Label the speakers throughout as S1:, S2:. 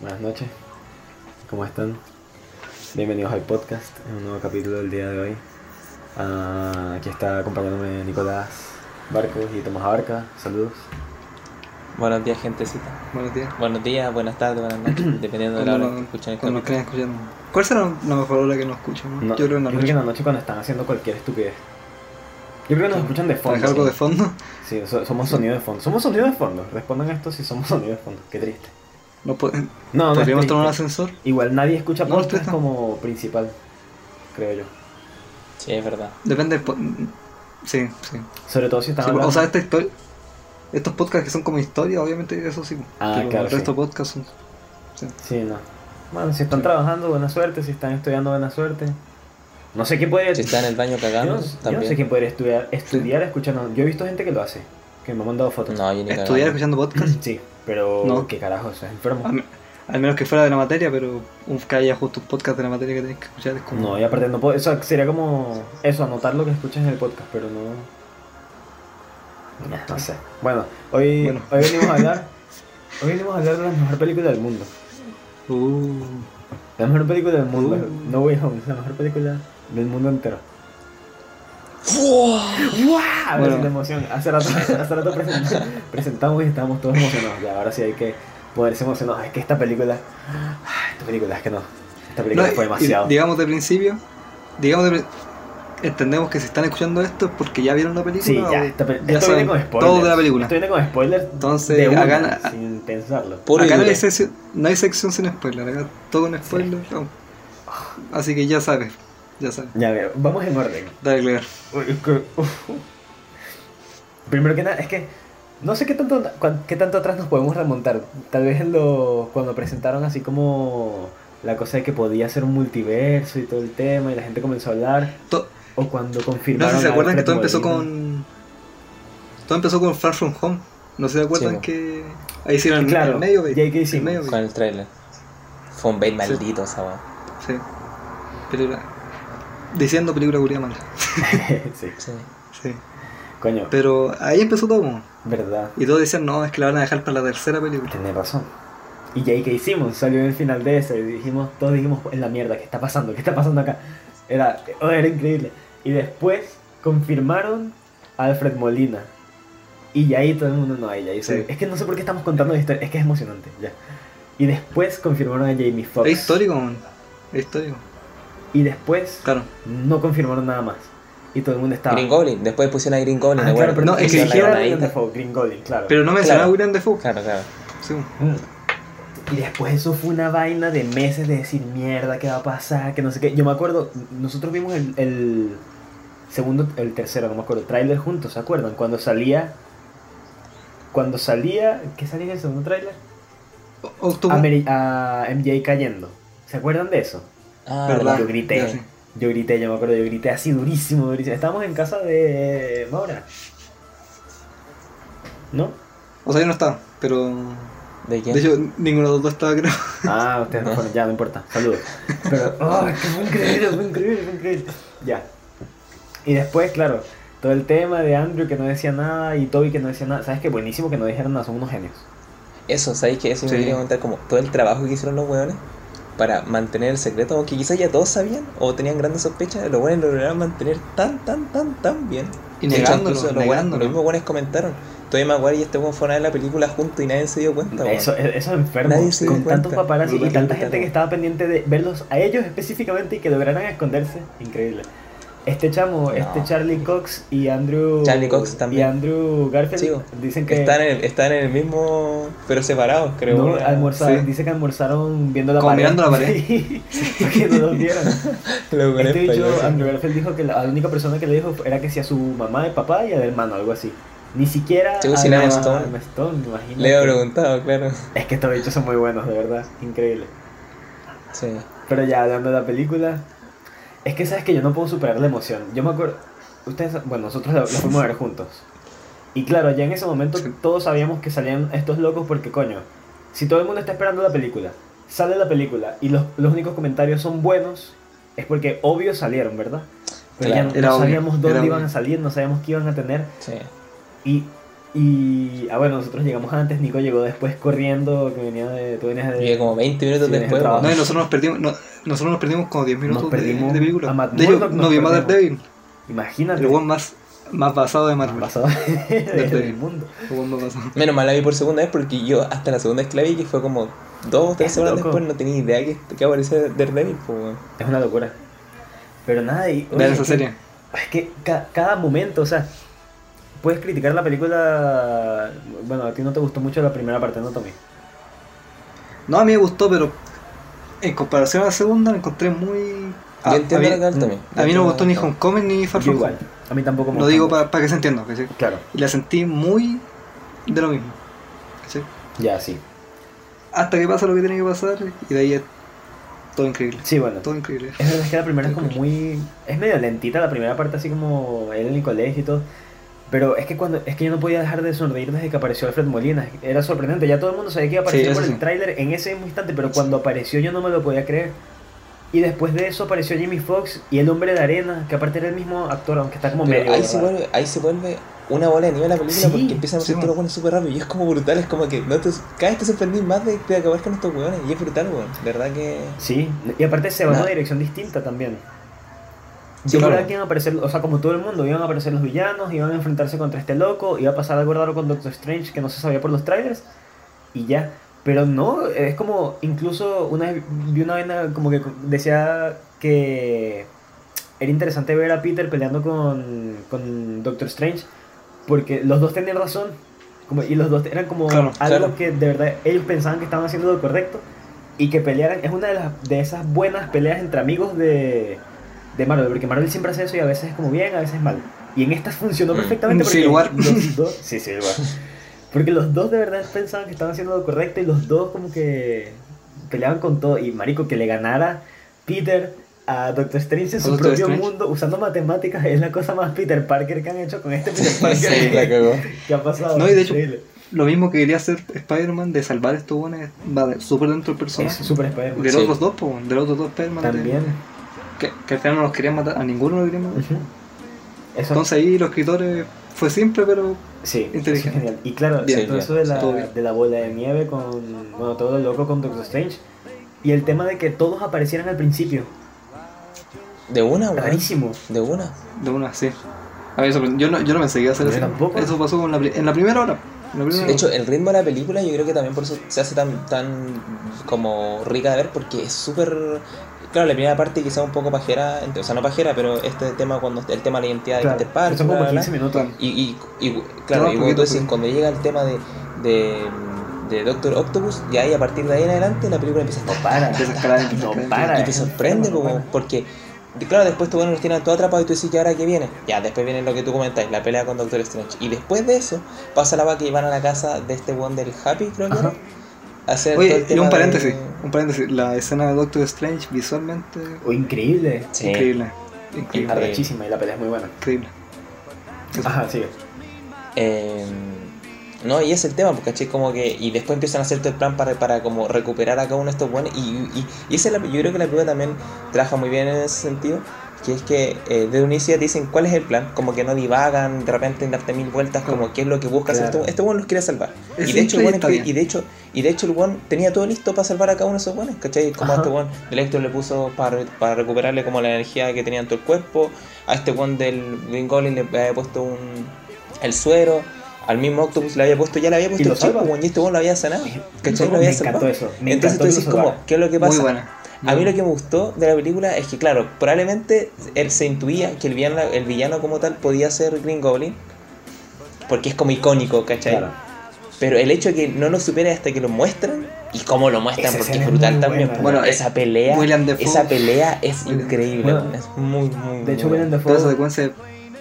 S1: Buenas noches, ¿cómo están? Bienvenidos al podcast, en un nuevo capítulo del día de hoy. Ah, aquí está acompañándome Nicolás Barcos y Tomás Abarca, saludos.
S2: Buenos días, gentecita.
S3: Buenos días.
S2: Buenos días, buenas tardes, buenas noches, dependiendo de la hora que
S3: Cuando
S2: este
S3: nos-
S2: escuchan esto.
S3: cuando nos estén escuchando. ¿Cuál será la mejor hora que nos escuchen?
S1: No,
S3: Yo creo que no.
S1: en la noche cuando están haciendo cualquier estupidez. Yo creo que nos escuchan de
S3: ¿Para
S1: fondo.
S3: dejar algo
S1: sí.
S3: de fondo?
S1: Sí, so- somos sonido de fondo. Somos sonido de fondo. Respondan esto si somos sonido de fondo. Qué triste.
S3: No pueden.
S1: No, este no. es
S3: ¿Podríamos tomar un
S1: triste.
S3: ascensor?
S1: Igual nadie escucha
S3: No,
S1: podcast
S3: triste.
S1: como principal, creo yo.
S2: Sí, es verdad.
S3: Depende del po- Sí, sí.
S1: Sobre todo si están
S3: Sí,
S1: hablando.
S3: o sea, esta historia... Estos podcasts que son como historia, obviamente eso sí.
S1: Ah,
S3: pero
S1: claro,
S3: el resto
S1: sí.
S3: de podcasts son...
S1: Sí, no. Bueno, si están trabajando, buena suerte. Si están estudiando, buena suerte. No sé quién podría.
S2: Si está en el baño
S1: yo,
S2: cagando,
S1: no, yo no
S2: también.
S1: sé quién podría estudiar, estudiar escuchando. Yo he visto gente que lo hace, que me han mandado fotos.
S2: No, yo ni cagando.
S3: Estudiar escuchando podcasts.
S1: Sí, pero.
S3: No.
S1: ¿Qué carajo? Eso es enfermo.
S3: A me- Al menos que fuera de la materia, pero un que haya justo un podcast de la materia que tenés que escuchar es como...
S1: No, y aparte no puedo. Eso sería como. Eso, anotar lo que escuchas en el podcast, pero no. No, no sé. Bueno, hoy,
S3: Bueno.
S1: hoy venimos a hablar. hoy venimos a hablar de la mejor película del mundo.
S3: Uh,
S1: La mejor película del mundo.
S3: Uh.
S1: No Way Home, es la mejor película del mundo entero.
S2: ¡Fua!
S1: ¡Wow!
S3: Bueno.
S1: de emoción. Hace rato, hace rato present- presentamos y estábamos todos emocionados. Ya, ahora sí hay que ponerse emocionados. Es que esta película. ah, Esta película, es que no. Esta película
S3: No,
S1: fue
S3: y- y
S1: demasiado.
S3: digamos de principio, digamos de pri- entendemos que si están escuchando esto es porque ya vieron la película.
S1: Sí,
S3: o
S1: ya, esta pe-
S3: ya
S1: esto viene
S3: saben
S1: con spoilers.
S3: todo de la película.
S1: Esto viene con spoilers.
S3: Entonces,
S1: de una,
S3: hagan-
S1: sin pensarlo.
S2: Puro y
S3: acá no
S2: duro.
S3: hay, sección, no hay sección sin spoiler, acá todo con spoiler.
S1: Ah.
S3: no. Así que ya sabes, ya sabes.
S1: Ya, a ver, vamos en orden.
S3: Dale, Clever.
S1: Uy, es que- uf. Primero que nada, es que no sé qué tanto, cuan- qué tanto atrás nos podemos remontar. Tal vez en lo, cuando presentaron así como la cosa de que podía ser un multiverso y todo el tema y la gente comenzó a hablar.
S3: To-
S1: O cuando
S3: no
S1: confirmaron.
S3: sé si se
S1: a
S3: acuerdan que
S1: Alfred
S3: todo empezó
S1: Molina.
S3: con. Todo empezó con Far From Home. No sé si se acuerdan
S2: Sí,
S3: que. Ahí hicieron el,
S1: Claro,
S3: el medio bait.
S1: y ahí que hicimos.
S3: el medio bait,
S2: Con el trailer. Fue un bait maldito esa weá.
S3: Sí. Película. Diciendo película curia mala.
S1: sí,
S2: Sí.
S3: Sí.
S1: coño,
S3: Pero ahí empezó todo.
S1: verdad.
S3: Y todos decían, no, es que la van a dejar para la tercera película.
S1: Tienes razón. Y J.K. Simmons salió en el final de ese y dijimos, todos dijimos, en la mierda, ¿qué está pasando? ¿Qué está pasando acá? Era, oh, era increíble. Y después confirmaron a Alfred Molina. Y ya ahí todo el mundo, no, ahí ya ahí se-
S3: Sí.
S1: Es que no sé por qué estamos contando la historia, es que es emocionante, ya. Y después confirmaron a Jamie Foxx.
S3: Es histórico, man. Es histórico.
S1: Y después
S3: Claro.
S1: no confirmaron nada más. Y todo el mundo estaba...
S2: Green Goblin, después pusieron a Green Goblin.
S1: Ah,
S2: weón.
S1: claro, pero
S3: No,
S1: no, es que
S2: Pusieron a
S1: dijeron
S2: Iron
S1: William
S2: Man.
S1: Dafoe, Green Goblin, claro.
S3: Pero no mencionaba
S2: Claro.
S3: a William Defoe.
S2: Claro, claro.
S3: Sí.
S1: Y después eso fue una vaina de meses de decir mierda, ¿qué va a pasar? Que no sé qué. Yo me acuerdo, nosotros vimos el, el segundo, el tercero, no me acuerdo, tráiler juntos, ¿se acuerdan? Cuando salía. Cuando salía. ¿Qué salía en el segundo tráiler?
S3: O- Octopu-
S1: A, Mary- a MJ cayendo. ¿Se acuerdan de eso?
S2: Ah,
S3: ¿Verdad?
S1: Yo
S2: verdad.
S1: grité.
S3: Ya, sí.
S1: Yo grité, yo me acuerdo, yo grité así durísimo, durísimo. Estábamos en casa de Maura. ¿No?
S3: O sea, yo no estaba, pero.
S2: ¿De quién?
S3: De hecho, ninguno de los dos estaba, creo.
S1: Ah, ustedes no fueron, ya, no importa. Saludos. Pero, oh, que fue increíble, fue increíble, fue increíble. Ya. Y después, claro, todo el tema de Andrew que no decía nada y Toby que no decía nada. ¿Sabes qué? Buenísimo que no dijeron nada, son unos genios.
S2: Eso, ¿sabéis que eso yo
S3: Sí.
S2: quería contar como todo el trabajo que hicieron los weones para mantener el secreto? Aunque quizás ya todos sabían o tenían grandes sospechas, los weones lo lograron mantener tan, tan, tan, tan bien.
S3: Y
S2: De hecho,
S3: negándolo,
S2: incluso los, weones, los
S3: negándolo.
S2: mismos weones comentaron. Tobey Maguire y este weón fueron a ver la película juntos y nadie se dio cuenta, weón.
S1: Eso, e-, eso es enfermo.
S2: Nadie se
S1: Con
S2: dio
S1: tantos
S2: cuenta.
S1: paparazzi y
S3: Brutal.
S1: tanta gente que estaba pendiente de verlos a ellos específicamente y que lograran esconderse. Increíble. Este chamo,
S2: No.
S1: este Charlie Cox y Andrew.
S2: Charlie Cox
S1: Y
S2: también.
S1: Andrew Garfield
S2: Chico,
S1: dicen que.
S2: Están en, el, están en el mismo, pero separados, creo.
S1: No,
S2: una-
S1: almorzaron,
S3: sí.
S1: dice que almorzaron viendo la
S3: Como
S1: pared.
S3: mirando la pared.
S1: Sí, porque no los vieron.
S2: los weones
S1: Este bicho,
S2: payasos.
S1: Andrew Garfield dijo que la, la única persona que le dijo era que si a su mamá, de papá y al hermano, algo así. Ni siquiera
S2: Chico,
S1: a
S2: si la
S1: la-
S2: Emma Stone.
S1: a Emma Stone, imagínate.
S2: Le he preguntado, claro.
S1: Es que estos bichos son muy buenos, de verdad, increíble.
S2: Sí.
S1: Pero ya, hablando de la película, es que sabes que yo no puedo superar la emoción. Yo me acuerdo, ustedes, bueno, nosotros la, la fuimos a ver juntos. Y claro, ya en ese momento
S3: Sí.
S1: todos sabíamos que salían estos locos porque coño, si todo el mundo está esperando la película, sale la película y los, los únicos comentarios son buenos, es porque obvio salieron, ¿verdad? Pero
S2: Claro,
S1: ya no-
S3: era
S1: no
S3: obvio,
S1: sabíamos
S3: era
S1: dónde
S3: obvio.
S1: iban a salir, no sabíamos qué iban a tener.
S2: Sí.
S1: Y Y ah, bueno, nosotros llegamos antes, Nico llegó después corriendo, que venía de, tú venías de...
S2: Llegué como 20 minutos
S1: Sí, en el
S2: después.
S1: trabajo.
S2: weón.
S3: No, y nosotros nos perdimos, no, nosotros nos perdimos como 10 minutos de,
S1: perdimos
S3: de película.
S1: a Matt
S3: de hecho,
S1: Murdock,
S3: no
S1: nos
S3: vi más
S1: perdimos.
S3: Daredevil,
S1: Imagínate,
S3: el weón más, más basado de Marvel.
S1: pasado del mundo.
S3: El weón más basado.
S2: Menos mal la vi por segunda vez porque yo hasta la segunda vez que la vi, que fue como dos o tres
S1: Es
S2: semanas
S1: loco.
S2: después, no tenía idea que, que aparecía Daredevil. Pues, weón.
S1: Es una locura. Pero nada, y... oye,
S3: Vean esa
S1: es que-
S3: serie.
S1: Es que ca- cada momento, o sea, puedes criticar la película. Bueno, a ti no te gustó mucho la primera parte, ¿no, Tommy?
S3: No, a mí me gustó, pero en comparación a la segunda la encontré muy...
S2: yo entiendo
S3: Ah, a
S2: lo
S3: mí, mm,
S2: que habla Tommy.
S3: a mí no me gustó ni
S2: Hong
S3: Homecoming ni Far
S1: Yo
S3: From
S1: igual.
S3: Home.
S1: A mí tampoco me
S3: Lo
S1: gustó
S3: digo
S1: mucho.
S3: para que se entienda. ¿cachai?
S1: Claro,
S3: Y la sentí muy de lo mismo. ¿cachai?
S1: ya, sí.
S3: Hasta que pasa lo que tiene que pasar y de ahí es todo increíble.
S1: Sí, bueno.
S3: Todo increíble.
S1: Es verdad es que la primera es como muy. Es medio lentita la primera parte, así como él en el colegio y todo. Pero es que cuando es que yo no podía dejar de sonreír desde que apareció Alfred Molina. Era sorprendente, ya todo el mundo sabía que iba a
S3: Sí,
S1: aparecer
S3: eso
S1: por el
S3: sí.
S1: tráiler en ese mismo instante, pero cuando apareció yo no me lo podía creer. Y después de eso apareció Jimmy Fox y el hombre de arena, que aparte era el mismo actor, aunque está como medio.
S2: ahí, se
S1: raro.
S2: vuelve, ahí se vuelve una bola de nieve la película
S1: Sí,
S2: porque empiezan a
S3: sí,
S2: hacer todo
S3: weón.
S2: lo bueno súper rápido y es como brutal. Es como que no te, cada vez te sorprendís más de, de acabar con estos weones y es brutal, weón. De verdad que.
S1: Sí, y aparte se va en
S2: Nada.
S1: una dirección distinta también.
S2: Sí,
S1: Yo
S2: claro.
S1: creo que iban a aparecer, o sea, como todo el mundo, iban a aparecer los villanos, iban a enfrentarse contra este loco, iba a pasar algo raro con Doctor Strange que no se sabía por los trailers, y ya. Pero no, es como, incluso una vez vi una vaina como que decía que era interesante ver a Peter peleando con, con Doctor Strange, porque los dos tenían razón, como, y los dos eran como
S3: Claro,
S1: algo
S2: claro.
S1: que de verdad ellos pensaban que estaban haciendo lo correcto, y que pelearan es una de, las, de esas buenas peleas entre amigos de, de Marvel, porque Marvel siempre hace eso y a veces es como bien, a veces mal. Y en estas funcionó
S2: Mm.
S1: perfectamente
S3: Sí,
S1: porque
S3: igual.
S1: los dos, sí, sí, igual. Porque los dos de verdad pensaban que estaban haciendo lo correcto y los dos como que peleaban con todo y marico que le ganara Peter a Doctor Strange en
S3: ¿A
S1: su
S3: Doctor
S1: propio
S3: Strange?
S1: mundo usando matemáticas es la cosa más Peter Parker que han hecho con este Peter Parker
S2: Sí, la cagó.
S1: que ha pasado.
S3: No, y de hecho,
S1: Increíble.
S3: Lo mismo que quería hacer Spider-Man de salvar a estos buenos va de- súper dentro del
S1: es
S3: personaje.
S1: super Spider-Man.
S3: De los
S2: Sí.
S3: otros dos, po, de los otros dos Spider-Man. de-
S1: También.
S3: Que, que al final no los querían matar, a ninguno lo querían matar.
S1: Ujú. Eso,
S3: Entonces ahí los escritores fue simple, pero
S1: Sí, eso es
S3: Inteligente.
S1: genial. Y claro,
S3: Bien,
S1: todo
S2: bien,
S1: eso de la,
S3: todo bien.
S1: de la bola de nieve con. Bueno, todo lo loco con Doctor Strange. Y el tema de que todos aparecieran al principio.
S2: De una, weón.
S1: Rarísimo.
S2: De una.
S3: de una así. A mí me sorprendió. Yo no, yo no pensé que iba a hacer
S1: Yo
S3: eso.
S1: tampoco.
S3: Eso pasó con la pri- en la primera hora. En la primera
S2: De
S3: hora.
S2: hecho, el ritmo de la película yo creo que también por eso se hace tan, tan como rica de ver porque es súper... Claro, la primera parte quizá un poco pajera, ent- o sea, no pajera, pero este tema cuando el tema de la identidad
S1: Claro,
S2: de Peter Parker,
S1: son como
S2: bla, bla,
S1: 15
S2: bla.
S1: minutos.
S2: y, y, y claro,
S3: No,
S2: y
S3: poquito,
S2: vos decís,
S3: poquito.
S2: cuando llega el tema de, de, de Doctor Octopus, ya ahí a partir de ahí en adelante la película empieza a
S1: No
S2: estar
S1: para.
S3: Empieza a escalar, empieza a
S1: No
S3: escalar.
S1: para.
S2: y te
S1: es
S2: sorprende
S1: un tema,
S2: como-
S1: no para.
S2: porque de- claro después tú bueno los tienes todo atrapado y tú dices ¿y ahora qué viene? ya después viene lo que tú comentáis la pelea con Doctor Strange y después de eso pasa la va que van a la casa de este one del Happy creo que
S1: Ajá.
S2: era a hacer todo
S3: Oye,
S2: el
S3: y
S2: tema
S3: un
S2: de-
S3: paréntesis, un paréntesis. La escena de Doctor Strange visualmente
S1: Oh, increíble.
S2: sí.
S3: increíble. Increíble.
S1: Arrechísima y la pelea es muy buena.
S3: Increíble. Eso.
S1: Ajá, sigue.
S2: Eh, no, y es el tema, porque caché como que. Y después empiezan a hacer todo el plan para, para como recuperar a cada uno de estos buenos. Y, y, y esa es la- yo creo que la película también trabaja muy bien en ese sentido. Que es que eh, de un inicio ya te dicen cuál es el plan, como que no divagan, de repente en darte mil vueltas, como qué es lo que busca hacer
S1: Claro.
S2: este, este buen los quiere salvar.
S3: Es
S2: y de hecho el
S3: simple y
S2: buen
S3: está
S2: escri-
S3: bien.
S2: y de hecho, y de hecho el buen tenía todo listo para salvar a cada uno de esos buenos, ¿cachai? Como
S1: Ajá.
S2: a este buen del Electro le puso para, para recuperarle como la energía que tenía en todo el cuerpo, a este buen del Green Goblin le había puesto un el suero, al mismo Octopus le había puesto, ya le había puesto
S1: lo
S2: el chip,
S1: salva.
S2: weón, y este buen lo había sanado, ¿cachai? Lo
S1: me
S2: había
S1: encantó
S2: salvado.
S1: eso. Me
S2: Entonces
S1: encantó
S2: tú
S1: que
S2: decís
S1: lo
S2: como,
S1: salvara.
S2: ¿qué es lo que
S3: Muy
S2: pasa?
S3: buena.
S2: A mí lo que me gustó de la película es que, claro, probablemente él se intuía que el villano, el villano como tal podía ser Green Goblin, porque es como icónico, ¿cachai?
S1: Claro.
S2: Pero el hecho de que no lo supere hasta que lo muestran y cómo lo muestran,
S1: Esa
S2: porque
S1: escena es
S2: es brutal
S1: muy
S2: también.
S1: buena.
S2: pues,
S3: Bueno,
S1: eh,
S2: esa pelea,
S3: William Dafoe.
S2: esa pelea es
S3: William-
S2: increíble,
S1: Bueno,
S2: es muy, muy
S1: De hecho,
S2: muy
S1: Willem
S3: Toda esa
S1: Dafoe
S3: secuencia
S1: El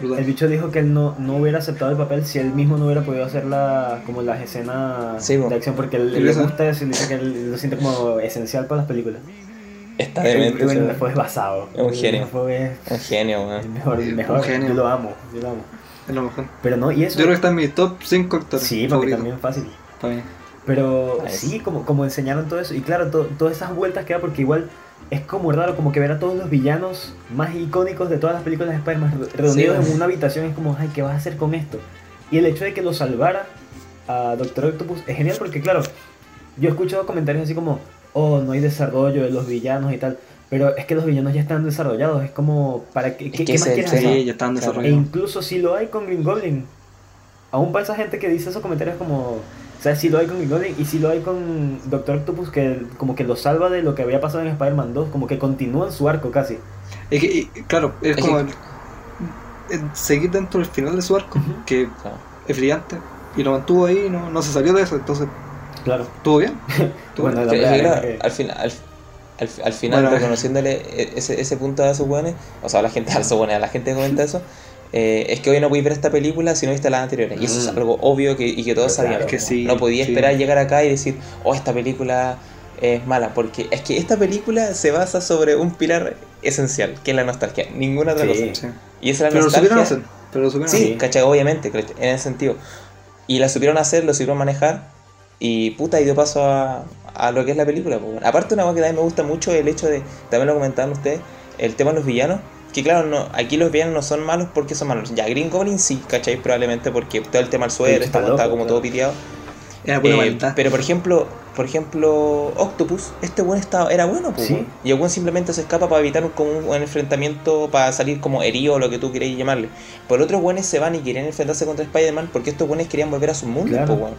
S3: brutal.
S1: bicho dijo que él no, no hubiera aceptado el papel si él mismo no hubiera podido hacer la, como las escenas
S2: Sí, bo.
S1: de acción, porque él,
S3: Sí,
S1: le
S3: eso.
S1: gusta eso y dice que él lo siente como esencial para las películas.
S2: Está
S1: El
S2: demente, o sea,
S1: Willem Dafoe es basado.
S2: Es un genio.
S1: Dafoe es
S2: un genio,
S1: el
S2: weón.
S1: mejor, el
S3: Un
S1: mejor.
S3: genio.
S1: Yo lo amo, yo lo amo.
S3: Es lo mejor.
S1: Pero no, y eso.
S3: Yo creo que está en mi top 5 actores.
S1: sí, para mí
S3: favoritos.
S1: también fácil.
S3: Para mí.
S1: Pero
S2: Nice.
S1: sí, como, como enseñaron todo eso. Y claro, to- todas esas vueltas que da, porque igual es como raro, como que ver a todos los villanos más icónicos de todas las películas de Spider-Man re- reunidos
S2: Sí.
S1: en una habitación. Es como, ay, ¿qué vas a hacer con esto? Y el hecho de que lo salvara a Doctor Octopus es genial porque, claro, yo he escuchado comentarios así como, oh, no hay desarrollo de los villanos y tal. Pero es que los villanos ya están desarrollados, es como, ¿para qué,
S2: Es
S1: qué-
S2: que
S1: qué
S2: ese
S1: más
S2: es el
S1: quieres
S2: tema.
S1: hacer?
S3: Sí, ya están
S2: Claro.
S1: E
S3: desarrollando.
S1: incluso si lo hay con Green Goblin. Aún para esa gente que dice esos comentarios como... O sea, si lo hay con Green Goblin y si lo hay con Doctor Octopus que como que lo salva de lo que había pasado en Spider-Man 2, como que continúan su arco casi.
S3: Es que, y- claro, es
S2: Es
S3: como
S2: que-
S3: el- el seguir dentro del final de su arco,
S1: Ujú.
S3: que
S2: Claro.
S3: es brillante, y lo mantuvo ahí y no, no se salió de eso, entonces
S1: Claro.
S3: estuvo bien. Estuvo
S1: Bueno,
S3: bien.
S1: la
S2: Que-
S1: verdad
S2: que claro,
S1: es que-
S2: al final, al, al- al final
S3: Bueno.
S2: reconociéndole e- ese, ese punto a esos weones, o sea, a la gente, a esos weones, a la gente que comenta eso, eh, es que hoy no podéis ver esta película si no viste las anteriores. Y eso es
S1: Mm.
S2: algo obvio que, y que todos
S1: Claro,
S2: sabían.
S1: es
S3: que sí,
S2: no podía
S3: sí.
S2: esperar llegar acá y decir, oh, esta película es mala, porque es que esta película se basa sobre un pilar esencial, que es la nostalgia, ninguna otra
S1: Sí.
S2: cosa.
S3: Sí.
S2: Y esa es la
S3: Pero lo supieron
S2: nostalgia.
S3: hacer, pero lo supieron
S2: Sí,
S1: Sí.
S2: ¿cachai? Obviamente, ¿cachai? en ese sentido. Y la supieron hacer, lo supieron manejar. Y puta, y dio paso a, a lo que es la película. po, weón. Aparte, una cosa que también me gusta mucho es el hecho de, también lo comentaban ustedes, el tema de los villanos. Que claro, no, aquí los villanos no son malos porque son malos. Ya Green Goblin sí, ¿cachai? Probablemente porque todo el tema del suelo,
S1: Sí,
S2: está,
S1: está loco,
S2: como
S1: claro.
S2: todo piteado.
S3: Era pura
S2: Eh,
S3: maldad.
S2: pero por ejemplo, por ejemplo, Octopus, este buen estaba, era bueno, pues,
S1: Sí.
S2: weón. y el buen simplemente se escapa para evitar un, como un, un enfrentamiento, para salir como herido o lo que tú queréis llamarle. Por otros buenos se van y quieren enfrentarse contra Spider-Man porque estos buenos querían volver a su mundo,
S1: Claro.
S2: pues, weón.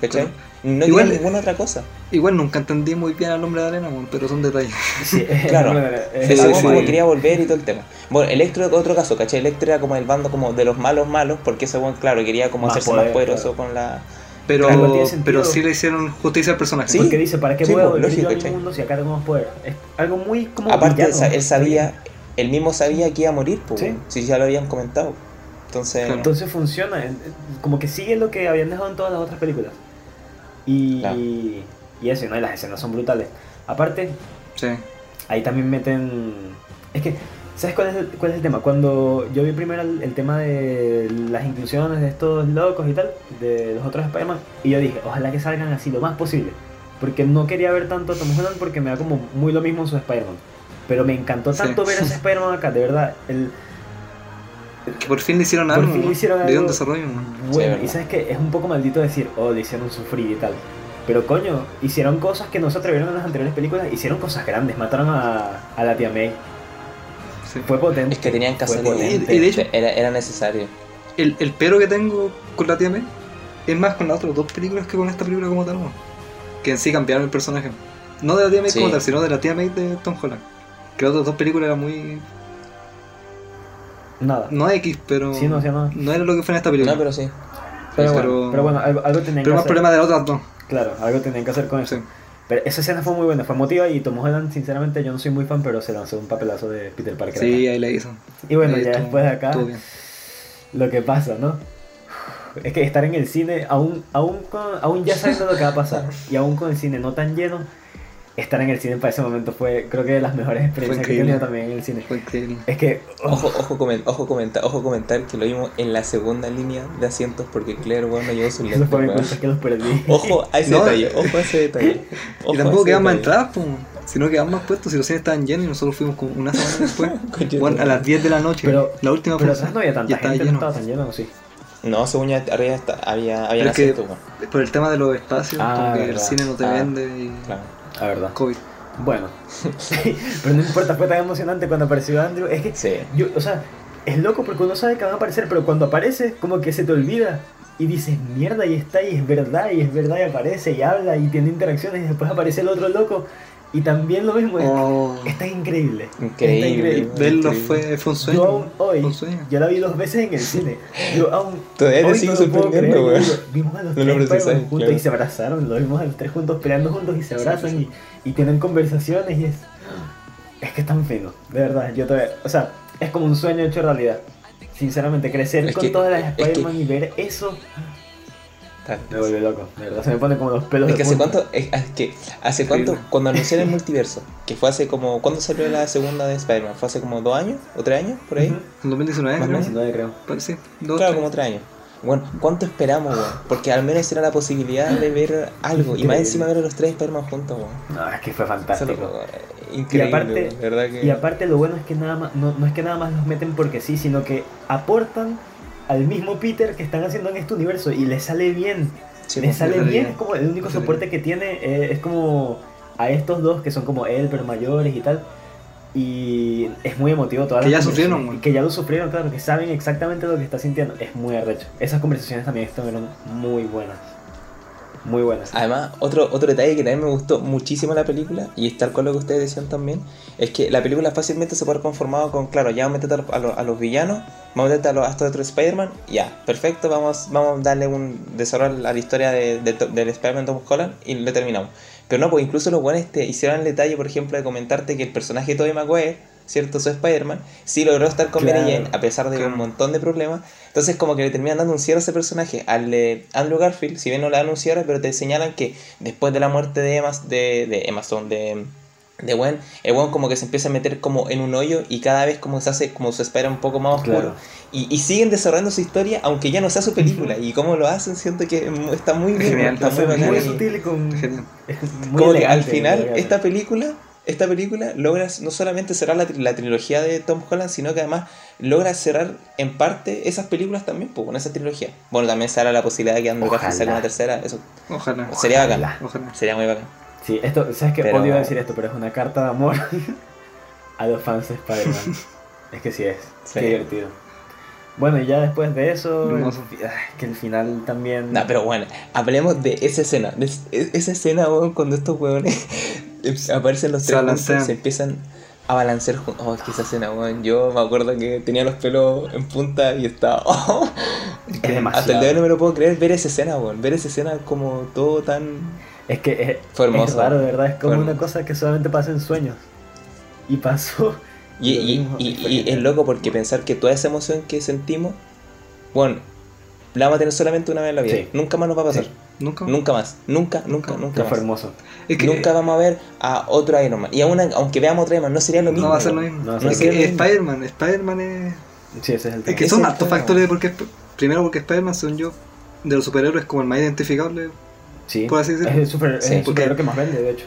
S2: ¿Cachai?
S3: Claro.
S2: No
S3: Igual-
S2: querían ninguna otra cosa.
S3: Igual nunca entendí muy bien al hombre de arena, weón, pero son detalles.
S1: Sí,
S2: Claro.
S1: es-
S2: Ese
S1: es-
S2: weón
S3: sí.
S2: como quería volver y todo el tema. Bueno, Electro otro caso, ¿cachai? Electro era como el bando como de los malos malos, porque ese buen, claro, quería como
S1: Más
S2: hacerse más
S1: poder,
S2: poderoso con la.
S3: Pero,
S1: Claro, tiene sentido.
S3: pero sí le hicieron justicia al personaje.
S2: Sí.
S1: Porque dice, ¿para qué
S2: Sí,
S1: voy a
S2: pues,
S1: volver yo
S2: lógico,
S1: a mi
S2: ¿cachai?
S1: mundo si acá tengo más poder? Es algo muy como...
S2: Aparte, él,
S1: villano,
S2: sa- él
S1: ¿no?
S2: sabía, él mismo sabía que iba a morir, pues,
S1: Sí.
S2: weón. si ya lo habían comentado. Entonces,
S3: Claro.
S1: Entonces funciona, en- como que sigue lo que habían dejado en todas las otras películas. Y,
S2: Claro.
S1: y eso, ¿no? Y las escenas son brutales. Aparte,
S3: Sí.
S1: Ahí también meten. Es que, ¿sabes cuál es el, cuál es el tema? Cuando yo vi primero el, el tema de las inclusiones de estos locos y tal, de los otros Spider-Man, y yo dije, ojalá que salgan así lo más posible. Porque no quería ver tanto a Tom Holland porque me da como muy lo mismo en su Spider-Man. Pero me encantó
S3: Sí.
S1: tanto ver a ese Spider-Man acá, de verdad. El,
S3: Que por fin le hicieron
S1: Por
S3: algo.
S1: fin le
S3: weón.
S1: hicieron
S3: Le dieron
S1: algo.
S3: desarrollo, weón.
S1: bueno,
S2: verdad.
S1: y sabes que es un poco maldito decir, oh, le hicieron sufrir y tal. Pero coño, hicieron cosas que no se atrevieron en las anteriores películas, hicieron cosas grandes, mataron a, a la tía May.
S3: Sí.
S1: Fue potente.
S2: es que tenían que
S1: Fue
S2: hacerlo.
S3: potente. Y- y de hecho-
S2: era, era necesario.
S3: El, el pero que tengo con la tía May es más con las otras dos películas que con esta película como tal, weón. Que en sí cambiaron el personaje. No de la tía May
S2: Sí.
S3: como tal, sino de la tía May de Tom Holland. Que las otras dos películas eran muy.
S1: Nada.
S3: No X, pero.
S1: Sí, no hacía nada.
S3: no era lo que fue en esta película.
S2: No,
S3: pero
S2: pero sí.
S1: Pero,
S3: Pero-
S1: bueno, pero bueno, algo, algo tenían que
S3: más
S1: hacer.
S3: problema de las otras dos.
S1: Claro, algo tenían que hacer con eso.
S3: Sí.
S1: Pero esa escena fue muy buena, fue emotiva y Tom Holland, sinceramente, yo no soy muy fan, pero se lanzó un papelazo de Peter Parker.
S3: Sí,
S1: acá.
S3: ahí la hizo.
S1: Y bueno,
S3: Ahí
S1: ya
S3: estuvo-
S1: después de acá,
S3: estuvo bien.
S1: lo que pasa, ¿no? Es que estar en el cine, aún, aún, con- aún ya sabiendo lo que va a pasar, y aún con el cine no tan lleno, estar en el cine para ese momento fue, creo que, de las mejores experiencias que he
S3: increíble.
S1: tenido también en el cine.
S3: Fue increíble.
S1: Es que, oh,
S2: Ojo, ojo, comen- ojo, comentar, ojo comentar que lo vimos en la segunda línea de asientos porque Claire, weón, no llevó su
S1: eso
S2: lente,
S1: fue mi
S2: weón.
S1: culpa, es que los perdí.
S2: Ojo a ese
S3: No,
S2: detalle, ojo a ese detalle. Ojo
S3: Y
S2: a
S3: tampoco
S2: ese
S3: quedan más
S2: detalle.
S3: entradas, pues. Sino quedan más puestos. Si los cines estaban llenos y nosotros fuimos como una semana después.
S2: Conche
S3: Bueno, a
S2: tu madre.
S3: las 10 de la noche.
S1: Pero-
S3: la última
S1: Pero
S3: función,
S1: atrás no había
S3: pues,
S1: tanta
S3: ya estaba
S1: gente, no
S3: lleno.
S1: estaba tan lleno, ¿o sí.
S2: No, según ya arriba está- había, había
S3: Pero es que-
S2: asientos, weón.
S3: Por el tema de los espacios,
S1: Ah,
S3: como que el
S1: verdad.
S3: cine no te
S2: Ah,
S3: vende y
S2: Claro.
S1: La verdad.
S3: COVID.
S1: Bueno, pero no importa, fue tan emocionante cuando apareció Andrew. Es que,
S2: Sí.
S1: yo, o sea, es loco porque uno sabe que van a aparecer, pero cuando aparece, como que se te olvida. Y dices, mierda, y está, y es verdad, y es verdad, y aparece, y habla, y tiene interacciones, y después aparece el otro loco. Y también lo mismo, es-
S3: Oh,
S1: está increíble.
S2: Increíble,
S1: increíble.
S2: weón,
S3: verlo
S2: increíble.
S3: fue, fue un
S1: Yo
S3: sueño.
S1: aún hoy,
S3: fue un sueño.
S1: yo la vi dos veces en el cine. Yo aún.
S2: Todavía te
S1: hoy
S2: sigue
S1: no lo puedo
S2: sorprendiendo,
S1: creer,
S2: weón.
S1: yo digo, Vimos a los
S2: No lo
S1: tres
S2: procesáis,
S1: Spider-Man juntos
S2: claro.
S1: y se abrazaron, lo vimos a los tres juntos peleando juntos y se
S2: Sí,
S1: abrazan
S2: sí,
S1: Y, y tienen conversaciones y es. Es que es tan fino, de verdad. Yo todavía. O sea, es como un sueño hecho realidad. Sinceramente, crecer
S2: Es
S1: con
S2: que-
S1: todas las
S2: es que-
S1: Spider-Man y ver eso
S2: Está-
S1: me vuelve loco, de verdad. Se me ponen como los pelos
S2: Es que
S1: de
S2: hace
S1: punta.
S2: cuánto, es, es que hace cuánto,
S3: Increíble.
S2: cuando anunciaron el multiverso, que fue hace como, ¿cuándo salió la segunda de Spider-Man? ¿Fue hace como dos años o tres años por ahí?
S1: Ujú.
S3: En 2019,
S2: Más o
S3: creo.
S2: menos.
S1: 19 creo.
S3: Pues Sí, dos,
S2: Claro,
S3: tres.
S2: como tres años. Bueno, ¿cuánto esperamos, weón? Porque al menos era la posibilidad de ver algo, y más
S1: Increíble.
S2: encima ver a los tres Spider-Man juntos, weón.
S1: No, es que fue
S2: Eso es
S1: fantástico.
S2: lo- eh, Increíble,
S1: Y aparte-
S2: weón, de verdad que...
S1: Y aparte lo bueno es que nada más, no, no es que nada más los meten porque sí, sino que aportan al mismo Peter que están haciendo en este universo y le sale bien.
S2: Sí,
S1: le
S2: pues,
S1: sale
S3: sale
S1: bien,
S3: bien.
S1: es como el único
S3: Le sale
S1: soporte que tiene, eh, es como a estos dos que son como él, pero mayores y tal. Y es muy emotivo todas
S3: Que
S1: las
S3: ya sufrieron,
S1: conversaciones-
S3: güey.
S1: Que ya lo sufrieron, claro, que saben exactamente lo que está sintiendo. Es muy arrecho. Esas conversaciones también estuvieron muy buenas. Muy buenas.
S2: Además, otro, otro detalle que también me gustó muchísimo de la película, y es tal cual lo que ustedes decían también, es que la película fácilmente se puede haber conformado con, claro, ya vamos a meter a, los- a los villanos, vamos a meter a los hasta otro Spider-Man, ya, perfecto, vamos, vamos a darle un desarrollo a la historia de- de to- del Spider-Man Tom Holland y lo terminamos. Pero no, pues incluso los buenos te hicieron el detalle, por ejemplo, de comentarte que el personaje de Tobey Maguire, ¿cierto? Su Spider-Man, sí logró estar con Mary
S1: Claro.
S2: Jane, a pesar de
S3: Claro.
S2: un montón de problemas. Entonces como que le terminan dando un cierre a ese personaje. Al de Andrew Garfield, si bien no le dan un cierre, pero te señalan que después de la muerte de Emma, de, de Emma Stone, de, de Gwen, el Gwen como que se empieza a meter como en un hoyo y cada vez como se hace, como se espera un poco más oscuro.
S1: Claro.
S2: Y, y siguen desarrollando su historia, aunque ya no sea su película. Y cómo lo hacen, siento que mu- está muy bien,
S3: Genial,
S2: está
S1: O sea,
S2: muy
S1: Muy,
S2: bacán. Y-
S1: sutil y con.
S3: Genial.
S1: muy
S2: como que al
S1: elegante, muy
S2: final
S1: elegante.
S2: esta película esta película logra no solamente cerrar la, tri- la trilogía de Tom Holland sino que además logra cerrar en parte esas películas también pues, con esa trilogía bueno también será la posibilidad de que Andrew Garfield salga
S1: Ojalá.
S2: una tercera eso
S3: Ojalá.
S2: sería bacán
S3: Ojalá.
S2: sería muy bacán
S1: Sí, esto, sabes que
S2: Pero-
S1: odio decir esto, pero es una carta de amor a los fans de Spider-Man. es que sí es,
S2: Sí.
S1: qué divertido. Bueno, y ya después de eso, el
S3: Hermoso.
S1: fi- ah, que el final también.
S2: no pero bueno hablemos de esa escena de es- es- esa escena weón, cuando estos hueones aparecen los
S3: Se
S2: tres juntos,
S3: balancean.
S2: se empiezan a balancear juntos oh es que esa escena weón, yo me acuerdo que tenía los pelos en punta y estaba oh,
S1: es
S2: Hasta el
S1: demasiado.
S2: día de hoy no me lo puedo creer ver esa escena, weón. Ver esa escena como todo tan.
S1: Es que es,
S2: Fue hermoso.
S1: es raro, de verdad, es como
S2: Fue
S1: una
S2: hermoso.
S1: cosa que solamente pasa en sueños. Y pasó.
S2: Y,
S1: Lo
S2: y-
S1: mismo,
S2: y-
S1: fue
S2: y
S1: genial.
S2: es loco porque pensar que toda esa emoción que sentimos, bueno, la vamos a tener solamente una vez en la vida.
S1: Sí.
S2: Nunca más nos va a pasar.
S1: Sí.
S3: Nunca.
S2: Nunca más. Nunca, nunca, nunca
S1: que fue
S2: más.
S1: hermoso.
S3: Es que-
S2: Nunca vamos a ver a otro Iron Man. Y aún aunque veamos otro Iron Man, no sería lo mismo.
S3: No va a ser lo
S2: weón.
S3: mismo.
S1: No va a
S3: Es
S1: ser
S2: lo
S3: que
S2: mismo.
S3: Spider-Man, Spider-Man es.
S1: Sí, ese es el
S3: Es
S1: tema.
S3: que
S2: Ese
S3: son
S2: es
S3: hartos
S2: el tema.
S3: factores porque es- primero porque Spider-Man son yo de los superhéroes como el más identificable
S1: Sí,
S3: por así decirlo.
S1: es el super- es
S2: Sí.
S1: el superhéroe
S3: Porque-
S1: que más vende, de hecho,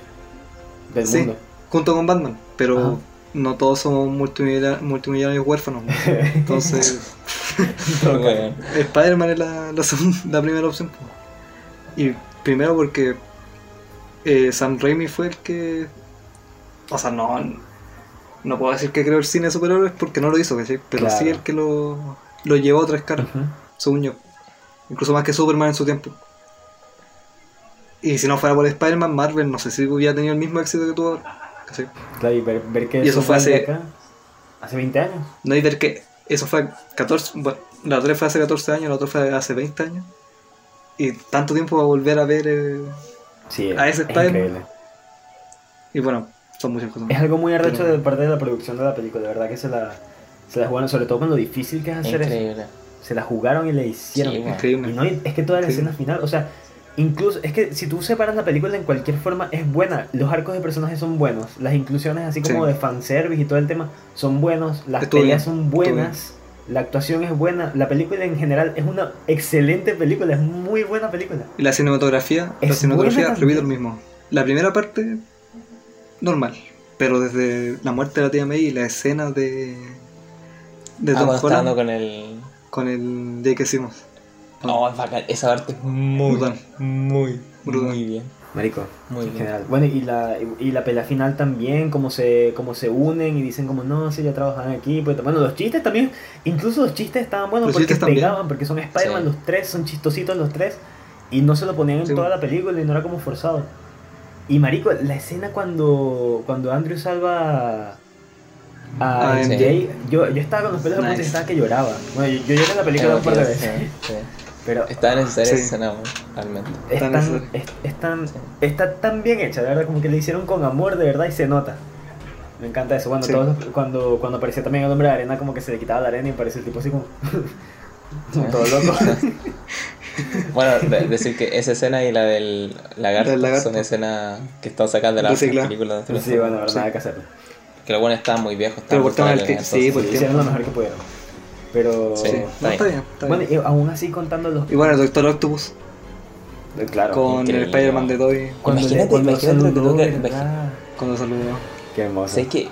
S1: del
S3: Sí.
S1: mundo.
S3: junto con Batman, pero
S1: Ajá.
S3: no todos somos multimillar- multimillonarios huérfanos. ¿no? Entonces,
S2: Weón.
S3: Spider-Man es la, la segun- la primera opción. po. Y primero porque eh, Sam Raimi fue el que. O sea, no. No puedo decir que creó el cine de superhéroes porque no lo hizo, ¿cachai? Pero sí
S1: Claro.
S3: el que lo, lo llevó a otras caras.
S1: Ujú.
S3: según yo. Incluso más que Superman en su tiempo. Y si no fuera por Spider-Man, Marvel no sé si hubiera tenido el mismo éxito que tuvo ahora. ¿cachai?
S1: Claro, y ver, ver que
S3: Y eso fue
S1: sale
S3: hace-
S1: acá, hace 20 años.
S3: No hay ver que eso fue 14, bueno, la otra fue hace 14 años, la otra fue hace 20 años. Y tanto tiempo va a volver a ver. eh,
S1: Sí,
S3: A
S1: es
S3: ese Spider-Man.
S1: increíble.
S3: y bueno, son muchas cosas.
S1: Es algo muy arrecho
S3: Pero-
S1: de parte de la producción de la película, de verdad que se la, se la jugaron, sobre todo con lo difícil que es hacer eso.
S2: Increíble.
S1: Se la jugaron y le hicieron.
S2: Sí, bueno.
S1: y
S3: Increíble.
S1: no, hay- es que toda la
S3: Sí.
S1: escena final, o sea, incluso, es que si tú separas la película en cualquier forma, es buena. Los arcos de personajes son buenos, las inclusiones así como
S3: Sí.
S1: de fanservice y todo el tema son buenos, las
S3: Estuvo
S1: peleas
S3: bien,
S1: son
S3: estuvo bien.
S1: buenas, la actuación es buena, la película en general es una excelente película, es muy buena película.
S3: Y la cinematografía, la
S1: Es
S3: cinematografía
S1: buena
S3: repito lo
S1: también.
S3: mismo. La primera parte, normal. Pero desde la muerte de la tía May y la escena de. de
S2: Ah,
S3: Tom
S2: cuando está
S3: Holland
S2: dando con el.
S3: con el día que hicimos.
S2: Oh, es bacán. Esa parte es muy,
S3: Brutal.
S2: muy,
S3: Brutal.
S2: muy bien.
S1: Marico,
S2: Muy
S1: En
S2: bien.
S1: general. Bueno, y la, y la pelea final también, como se, como se unen y dicen como no, si ya trabajan aquí. Pues, bueno, los chistes también, incluso los chistes estaban buenos
S3: Los
S1: porque
S3: chistes también.
S1: pegaban, porque son Spider-Man
S2: Sí.
S1: los tres, son chistositos los tres, y no se lo ponían en
S3: Sí.
S1: toda la película y no era como forzado. Y marico, la escena cuando, cuando Andrew salva a
S3: Ah,
S1: MJ,
S2: sí.
S1: yo, yo estaba con los pelos de punta y
S3: Nice.
S1: estaba que lloraba. Bueno, yo, yo lloré en la película un par de
S2: Emotivo,
S1: veces,
S2: sí, sí.
S1: pero
S2: Estaba necesaria
S3: Sí.
S2: esa escena, weón, realmente.
S1: es
S3: Tan
S1: tan-
S3: necesario.
S1: es- es tan- está tan bien hecha, de verdad, como que le hicieron con amor, de verdad, y se nota. Me encanta eso. Bueno,
S3: Sí.
S1: todos los- cuando, cuando aparecía también el hombre de arena, como que se le quitaba la arena y parecía el tipo así como. como todo loco.
S2: Bueno, de- decir que esa escena y la del lagarto,
S3: Del lagarto.
S2: son escenas que están sacando de las
S3: Recicladas.
S2: películas. de
S1: sí, bueno, verdad,
S3: Sí.
S1: nada que hacerlo.
S2: Que lo bueno estaba muy viejo.
S3: Pero por
S2: estaba
S3: tema
S2: muy
S3: del
S2: tarde,
S3: que- sí,
S2: entonces-
S3: por-
S1: Hicieron lo mejor que pudieron. Pero.
S2: Sí.
S3: No,
S2: Está
S3: está
S2: bien.
S3: bien, está
S1: Bueno,
S3: bien.
S1: y aún así contando los. eh,
S3: Y bueno, el Doctor Octopus
S1: Claro.
S3: con el
S2: increíble.
S3: Spider-Man de Toby
S1: Cuando le-
S2: Imagínate,
S1: cuando
S2: imagínate lo que
S1: saludó,
S2: tuvo que-
S1: ¿verdad?
S3: cuando saludó.
S1: Qué hermoso.
S2: ¿Sabes que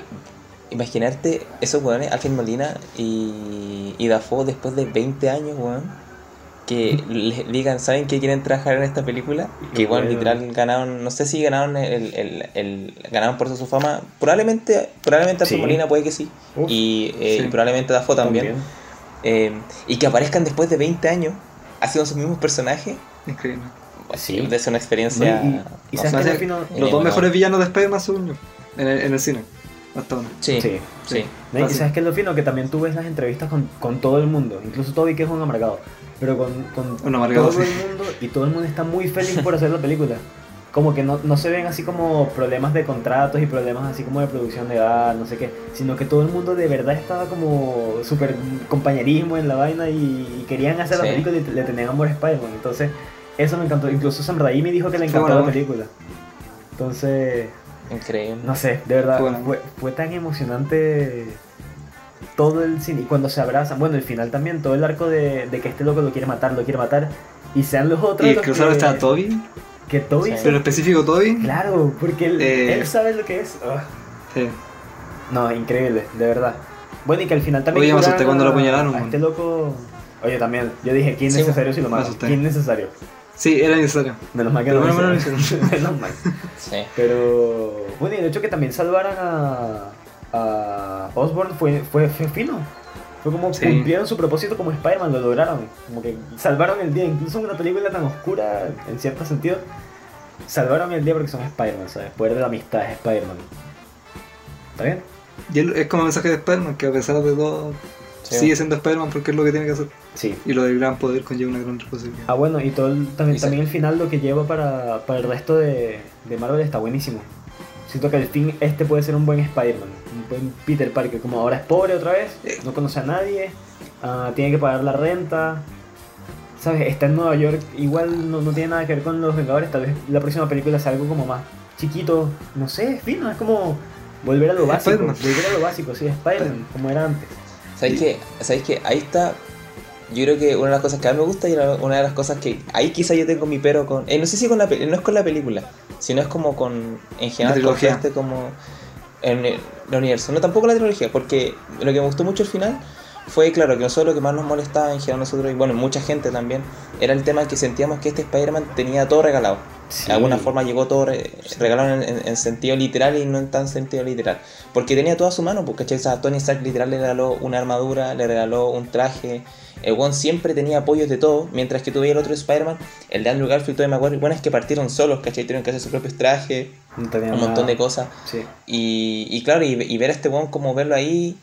S2: imaginarte esos weones, Alfred Molina y, y Dafoe después de 20 años, weón, que les digan, ¿saben qué quieren trabajar en esta película? Que igual
S1: Bueno.
S2: literal ganaron, no sé si ganaron el, el, el- ganaron por eso su fama, probablemente, probablemente Alfred
S1: Sí.
S2: Molina puede que sí,
S1: Uf,
S2: y, eh,
S3: sí.
S2: y probablemente Dafoe también, Eh, y que aparezcan después de 20 años haciendo sus mismos personajes,
S3: Increíble.
S1: Sí.
S2: debe ser una experiencia...
S1: No, y- y- y
S2: no
S1: sabes
S2: sé.
S1: que
S3: Así
S1: al
S3: que
S1: final-
S2: Eh,
S3: Los
S2: bueno.
S3: dos mejores villanos de Spider-Man, según yo, en el, en el cine. Hasta ahora.
S2: Sí,
S1: Sí.
S2: sí.
S1: ¿No? Y
S3: Fácil.
S1: sabes que es lo fino, que también tú ves las entrevistas con, con todo el mundo, incluso Toby que es un amargado, pero con, con
S3: Un amargado,
S1: todo
S3: sí.
S1: el mundo y todo el mundo está muy feliz por hacer la película. Como que no, no se ven así como problemas de contratos y problemas así como de producción de edad, no sé qué, sino que todo el mundo de verdad estaba como súper compañerismo en la vaina y, y querían hacer la
S2: Sí.
S1: película y le tenían amor a Spider-Man. Entonces, eso me encantó. Incluso Sam Raimi dijo que le
S3: Fue
S1: encantó
S3: bueno,
S1: la
S3: ¿no?
S1: película. Entonces,
S2: Increíble.
S1: no sé, de verdad,
S3: Bueno.
S1: fue, fue tan emocionante todo el cine. Y cuando se abrazan, bueno, el final también, todo el arco de, de que este loco lo quiere matar, lo quiere matar. Y sean los otros.
S3: Y
S1: los
S3: cruzado
S1: que,
S3: está Toby,
S1: Que Toby.
S2: Sí.
S1: se-
S3: pero en específico Toby.
S1: Claro, porque él,
S3: Eh.
S1: él sabe lo que es. Ah,
S3: Sí.
S1: No, increíble, de verdad. Bueno, y que al final también.
S3: Oye, me
S1: curan
S3: asusté cuando lo
S1: a-
S3: apuñalaron,
S1: A
S3: man.
S1: este loco. Oye, también. Yo dije, ¿quién es
S2: Sí,
S1: necesario si lo
S3: me
S1: matan?
S3: asusté.
S1: ¿Quién es necesario?
S3: Sí, era necesario.
S1: Menos mal que
S3: Pero
S1: no
S3: bueno,
S1: lo
S3: bueno,
S1: hicieron.
S3: lo hicieron.
S1: Menos mal.
S2: Sí.
S1: Pero bueno, y el hecho que también salvaran a, a Osborn fue, fue, fue fino. Fue como
S3: Sí.
S1: cumplieron su propósito como Spider-Man, lo lograron. Como que salvaron el día, incluso en una película tan oscura, en cierto sentido. Salvaron el día porque son Spider-Man, ¿sabes? Poder de la amistad es Spider-Man. ¿Está bien?
S3: Y él- es como el mensaje de Spider-Man, que a pesar de todo,
S2: Sí.
S3: sigue siendo Spider-Man porque es lo que tiene que hacer.
S1: Sí.
S3: Y lo del gran poder conlleva una gran responsabilidad.
S1: Ah, bueno, y todo el- también,
S2: Y se-
S1: también el final lo que lleva para, para el resto de, de Marvel está buenísimo. Siento que al fin este puede ser un buen Spider-Man, un buen Peter Parker, como ahora es pobre otra vez,
S3: Eh.
S1: no conoce a nadie, ah, tiene que pagar la renta, ¿sabes? Está en Nueva York, igual no, no tiene nada que ver con los Vengadores, tal vez la próxima película sea algo como más chiquito, no sé, es fino, es como volver a lo básico,
S3: Spider-Man.
S1: volver a lo básico, sí, Spider-Man,
S3: Spider-Man.
S1: como era antes.
S2: ¿Sabéis que, ¿Sabéis que ahí está? Yo creo que una de las cosas que a mí me gusta y la- una de las cosas que ahí quizá yo tengo mi pero con... eh, no sé si con la pe- no es con la película, sino es como con... En general, con
S3: trilogía.
S2: este como... En el el universo. No, tampoco la trilogía, porque lo que me gustó mucho al final fue, claro, que nosotros lo que más nos molestaba en general nosotros, y bueno, mucha gente también, era el tema que sentíamos que este Spider-Man tenía todo regalado.
S1: Sí.
S2: De alguna forma llegó todo re- regalado en, en- en sentido literal y no en tan sentido literal. Porque tenía toda su mano, porque ¿cachai? O sea, Tony Stark literal le regaló una armadura, le regaló un traje. El one siempre tenía apoyos de todo, mientras que tuviera el otro Spider-Man, el de Andrew Garfield y Tobey Maguire, bueno, es que partieron solos, ¿cachai? Tuvieron que hacer sus propios trajes,
S1: No tenía
S2: un montón
S1: nada.
S2: de cosas.
S1: Sí.
S2: Y, y claro, y, y ver a este weón como verlo ahí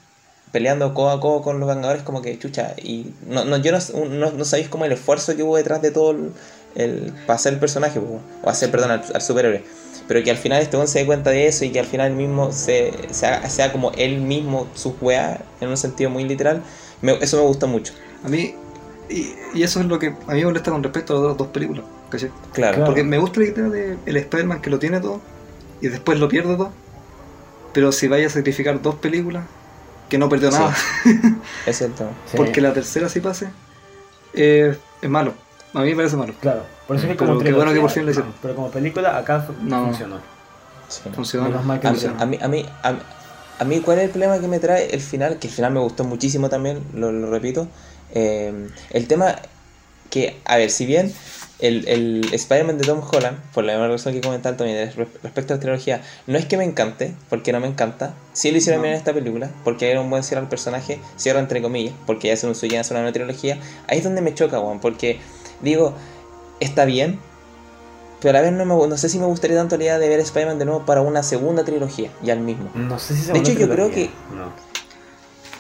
S2: peleando codo a codo con los Vengadores, como que chucha. Y no, no, yo no, no, no sabéis como el esfuerzo que hubo detrás de todo el, el- para hacer el personaje, po, o hacer, perdón, al, al superhéroe. Pero que al final este weón se dé cuenta de eso y que al final él mismo se, se haga- sea como él mismo sus weas en un sentido muy literal, me- eso me gustó mucho.
S3: A mí, y, y eso es lo que a mí me molesta con respecto a las otras dos películas, ¿cachai?
S2: Claro,
S1: Claro.
S3: Porque me gusta la idea del Spider-Man que lo tiene todo y después lo pierde todo. Pero si vaya a sacrificar dos películas, que no perdió
S2: Sí.
S3: nada,
S2: ese es el tema.
S1: Sí.
S3: porque la tercera sí pase, eh, es malo. A mí me parece malo.
S1: Claro, por
S2: Mm,
S1: eso es que
S3: Pero
S1: como
S3: qué bueno que por
S1: trilogía,
S3: fin lo hicieron.
S1: no, Pero como película acá fu-
S3: No.
S1: funcionó.
S2: Sí.
S3: Funcionó.
S1: Menos mal que
S2: A mí,
S1: funciona.
S2: a mí, a mí, a mí- a mí, ¿cuál es el problema que me trae el final? Que el final me gustó muchísimo también, lo, lo repito. Eh, el tema que, a ver, si bien el, el Spider-Man de Tom Holland, por la misma razón que comentaba también res- respecto a la trilogía, no es que me encante, porque no me encanta. Sí lo hicieron
S3: No.
S2: bien en esta película, porque era un buen cierre al personaje, cierre entre comillas, porque ya es un suyo, ya es una nueva trilogía. Ahí es donde me choca, Juan, porque digo, está bien, pero a la vez no, me, gu- no sé si me gustaría tanto la idea de ver Spider-Man de nuevo para una segunda trilogía, ya el mismo.
S1: No sé si se
S2: De hecho, yo creo
S1: No.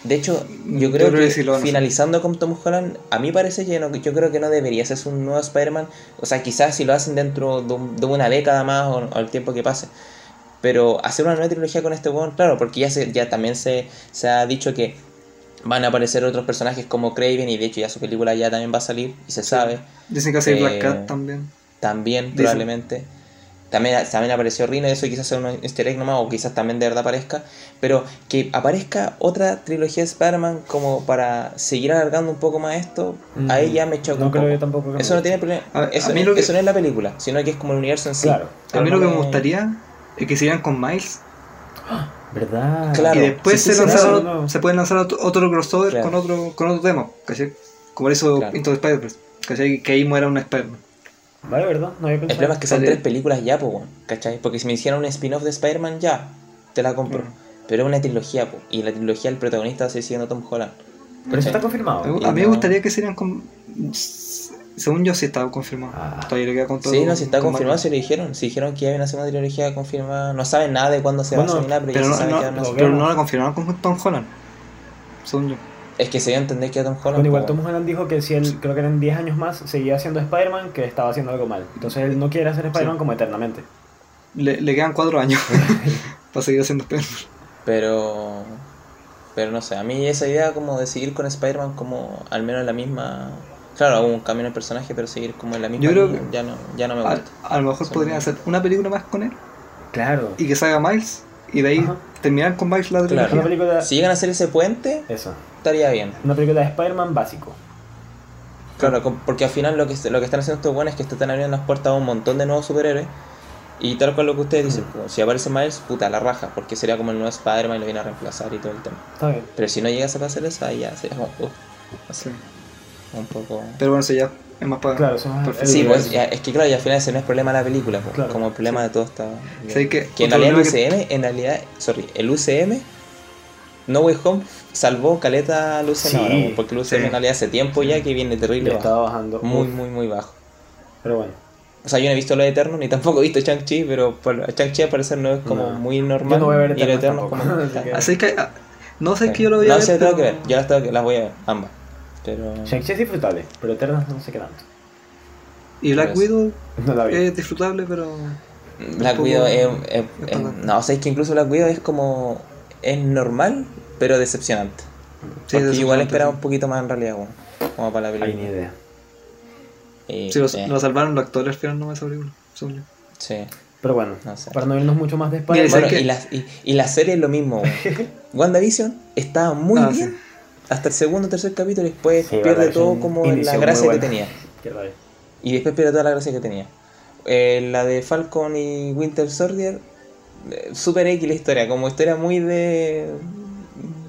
S2: De hecho,
S3: Yo
S2: yo creo
S3: creo que
S2: que
S3: sí lo van a hacer.
S2: finalizando con Tom Holland, a mí parece que no, yo creo que no debería hacerse un nuevo Spider-Man. O sea, quizás si lo hacen dentro de, un- de una década más o, o el tiempo que pase. Pero hacer una nueva trilogía con este weón, claro, porque ya, se, ya también se, se ha dicho que van a aparecer otros personajes como Craven y de hecho ya su película ya también va a salir y se sabe.
S3: Dicen que hace
S2: Eh,
S3: Black Cat también.
S2: También,
S3: Dicen-
S2: probablemente. También, también apareció Rino, eso quizás sea un easter egg nomás, o quizás también de verdad aparezca. Pero que aparezca otra trilogía de Spider-Man como para seguir alargando un poco más esto,
S1: Mm,
S2: ahí ya me choca
S1: No
S2: un
S1: creo
S2: poco.
S1: yo tampoco. que
S2: Eso
S1: me
S2: no tiene problema.
S3: A- a
S2: eso,
S3: mí lo que-
S2: eso no es la película, sino que es como el universo en sí.
S1: Claro.
S3: A
S2: Pero
S3: mí lo
S2: no
S3: que me gustaría es que siguieran con Miles
S1: ¿Verdad?
S2: Claro.
S3: y después
S2: sí, sí,
S3: se,
S2: sí,
S3: lanzaron-
S1: claro, no.
S3: se pueden lanzar otro, otro crossover
S2: Claro.
S3: con, otro, con otro tema, ¿cachai? Como lo hizo
S2: Claro.
S3: Into the Spider-Verse, ¿cachai? Que ahí muera un Spider-Man.
S1: Vale, ¿verdad? No había
S2: El problema
S1: pensado.
S2: es que son
S3: Sale-
S2: tres películas ya, pues, ¿cachai? Porque si me hicieran un spin-off de Spider-Man, ya, te la compro.
S3: Mm.
S2: Pero es una trilogía, pues, y la trilogía el protagonista va a seguir siendo Tom Holland.
S1: Pero eso está
S2: ¿cachai?
S1: confirmado.
S3: A- A mí me gustaría que serían con... Según yo sí estaba confirmado.
S1: Ah.
S3: Todavía le queda con todo-
S2: Sí, no, si está
S3: con
S2: confirmado,
S3: Marvel.
S2: se lo dijeron. Si dijeron que iban a hacer una trilogía confirmada, no saben nada de cuándo se va a
S1: Bueno,
S2: hacer ni nada, pero,
S3: Pero
S2: ya se
S3: no,
S2: sabe
S3: no-
S2: que van a
S1: lo
S2: hacer.
S3: pero
S1: veo.
S3: no la confirmaron con Tom Holland. Según yo.
S2: Es que se dio a entender que era Tom Holland.
S1: Bueno, igual
S2: po,
S1: Tom Holland dijo que si él, creo que eran 10 años más, seguía siendo Spider-Man, que estaba haciendo algo mal. Entonces él no quiere hacer Spider-Man
S3: Sí.
S1: como eternamente.
S3: Le, le quedan cuatro años para seguir haciendo Spider-Man.
S2: Pero. Pero no sé, a mí esa idea como de seguir con Spider-Man como al menos en la misma. Claro, hubo un cambio en el personaje, pero seguir como en la misma.
S3: Yo creo
S2: línea
S3: que-
S2: ya, no, ya no me
S3: A,
S2: gusta.
S3: a lo mejor
S2: Sí.
S3: podrían hacer una película más con él
S1: Claro.
S3: y que salga Miles y de ahí
S1: Ajá.
S3: terminar con Miles la
S2: Claro.
S1: Una
S3: trilogía.
S1: película.
S2: Si llegan a hacer ese puente,
S1: Eso.
S2: estaría bien.
S1: Una película de Spider-Man básico.
S2: Claro, com- porque al final lo que, lo que están haciendo estos buenos es que te están abriendo las puertas a un montón de nuevos superhéroes. Y tal cual lo que ustedes dicen, como, si aparece Miles, puta, la raja, porque sería como el nuevo Spider-Man y lo viene a reemplazar y todo el tema.
S1: Está bien.
S2: Pero si no llegas a hacer eso, ahí ya sería como, uh, no sé,
S3: Sí.
S2: un poco...
S3: Pero bueno, eso ya es más para.
S1: Claro, eso es
S3: Perfecto.
S1: el-
S2: Sí,
S1: el-
S2: pues ya- es que claro, y al final ese no es problema de la película, pues,
S1: Claro,
S2: como el problema de todo esta...
S3: Sí, que
S2: en
S3: otro
S2: realidad el
S3: problema que-
S2: UCM, en realidad, sorry, el UCM, No Way Home, salvó caleta al UCM
S1: Sí,
S2: ahora, pues, porque el UCM
S3: sí.
S2: en realidad hace tiempo ya que viene terrible
S1: le
S2: bajo,
S1: estaba bajando.
S2: muy,
S1: Uf,
S2: muy, muy bajo.
S1: Pero bueno.
S2: O sea, yo no he visto lo de Eterno, ni tampoco he visto Shang-Chi, pero por- Shang-Chi al parecer no es como
S1: No.
S2: muy normal.
S1: Yo no voy a ver
S2: y lo
S1: Eterno
S2: Eterno es
S1: tampoco,
S2: como...
S1: así que-
S3: Así que. ah, No sé que yo lo voy a
S2: no,
S3: ver.
S2: sí, las tengo que
S3: pero-
S2: ver. Yo las, tengo que, las voy a ver, ambas. Pero...
S1: Shang-Chi es disfrutable, pero Eternas no sé qué tanto.
S3: Y Black
S2: Pero sí.
S3: Widow
S1: No la vi.
S3: es disfrutable, pero.
S2: Black
S3: Tampoco-
S2: Widow es, es-
S3: es
S2: es-
S3: tan-
S2: No, o sea, es que incluso Black Widow es como... Es normal, pero decepcionante.
S3: Sí,
S2: Porque
S3: es
S2: igual
S3: decepcionante,
S2: esperaba
S3: sí.
S2: un poquito más en realidad, bueno, como para
S1: Ay,
S2: la
S1: ni
S2: película.
S1: idea.
S2: Y-
S3: Sí, lo,
S2: eh,
S3: lo salvaron los actores, pero no me película. según yo.
S2: sí.
S1: Pero bueno,
S2: No sé.
S1: para no irnos mucho más de
S3: Mira,
S1: Spider-Man.
S2: Bueno,
S3: que-
S2: y, la, y, y la serie es lo mismo. weón. WandaVision estaba muy
S3: Ah,
S2: bien hasta el segundo o tercer capítulo y después
S1: Sí,
S2: pierde
S1: WandaVision
S2: todo como la
S1: inició muy
S2: gracia que
S1: buena.
S2: tenía.
S1: Qué rabia.
S2: Y después pierde toda la gracia que tenía. Eh, la de Falcon y Winter Soldier, eh, super X la historia, como historia muy de.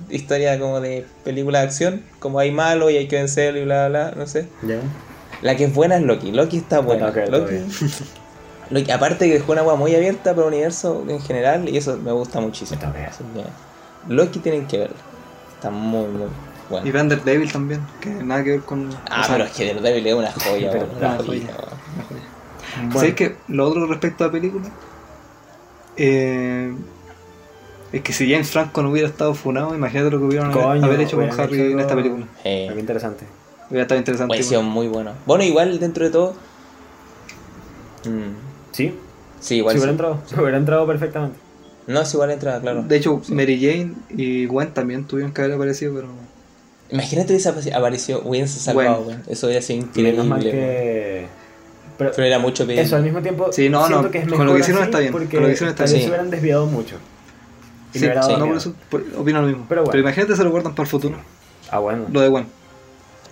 S2: historia como de película de acción, como hay malo y hay que vencerlo y bla bla, bla, no sé.
S1: ¿Ya?
S2: La que es buena es Loki. Loki está buena.
S1: ok, está
S2: Loki,
S1: bien.
S2: Loki- aparte que dejó una agua muy abierta para el universo en general y eso me gusta muchísimo.
S1: Está bien.
S2: Así que Loki tienen que verlo. Está muy, muy bueno.
S3: Y Daredevil también, que nada que ver con.
S2: Ah,
S3: o sea,
S2: pero es que Daredevil es una joya,
S1: Pero
S2: weón,
S1: una
S2: una joya. weón.
S3: joya. una joya.
S1: Bueno,
S3: ¿Sabes que lo otro respecto a la película? eh, es que si James Franco no hubiera estado funado, imagínate lo que hubieran
S1: Coño,
S3: haber hecho con
S1: hubieran
S3: Harry
S1: hecho-
S3: en esta película.
S2: Eh,
S1: algo interesante.
S3: Hubiera estado interesante.
S2: hubiera sido muy bueno. Bueno, igual dentro de todo. mm,
S1: ¿Sí?
S2: sí, igual.
S1: si hubiera
S2: sí.
S1: entrado, si hubiera entrado perfectamente.
S2: No, es igual entra, claro.
S3: De hecho, Mary Jane y Gwen también tuvieron que haber aparecido, pero
S2: Imagínate hubiese apare- aparecido, hubiese salvado,
S3: Bueno.
S2: weón. Eso hubiera sido increíble.
S1: Menos mal
S2: weón.
S1: que. Pero
S2: Pero era mucho pedir.
S1: eso al mismo tiempo.
S3: Sí, no,
S1: siento
S3: no,
S1: que es
S3: con
S1: mejor
S3: lo que hicieron
S1: así
S3: está bien, con
S1: Porque
S3: lo que hicieron está
S1: tal vez
S2: bien.
S1: se hubieran desviado mucho. Y me
S3: Sí,
S1: hubiera dado
S2: sí,
S3: no por
S1: miedo.
S3: eso por- opino lo mismo.
S1: Pero
S3: Pero,
S1: bueno.
S3: imagínate se lo guardan para el futuro.
S1: Ah, bueno.
S3: Lo de Gwen.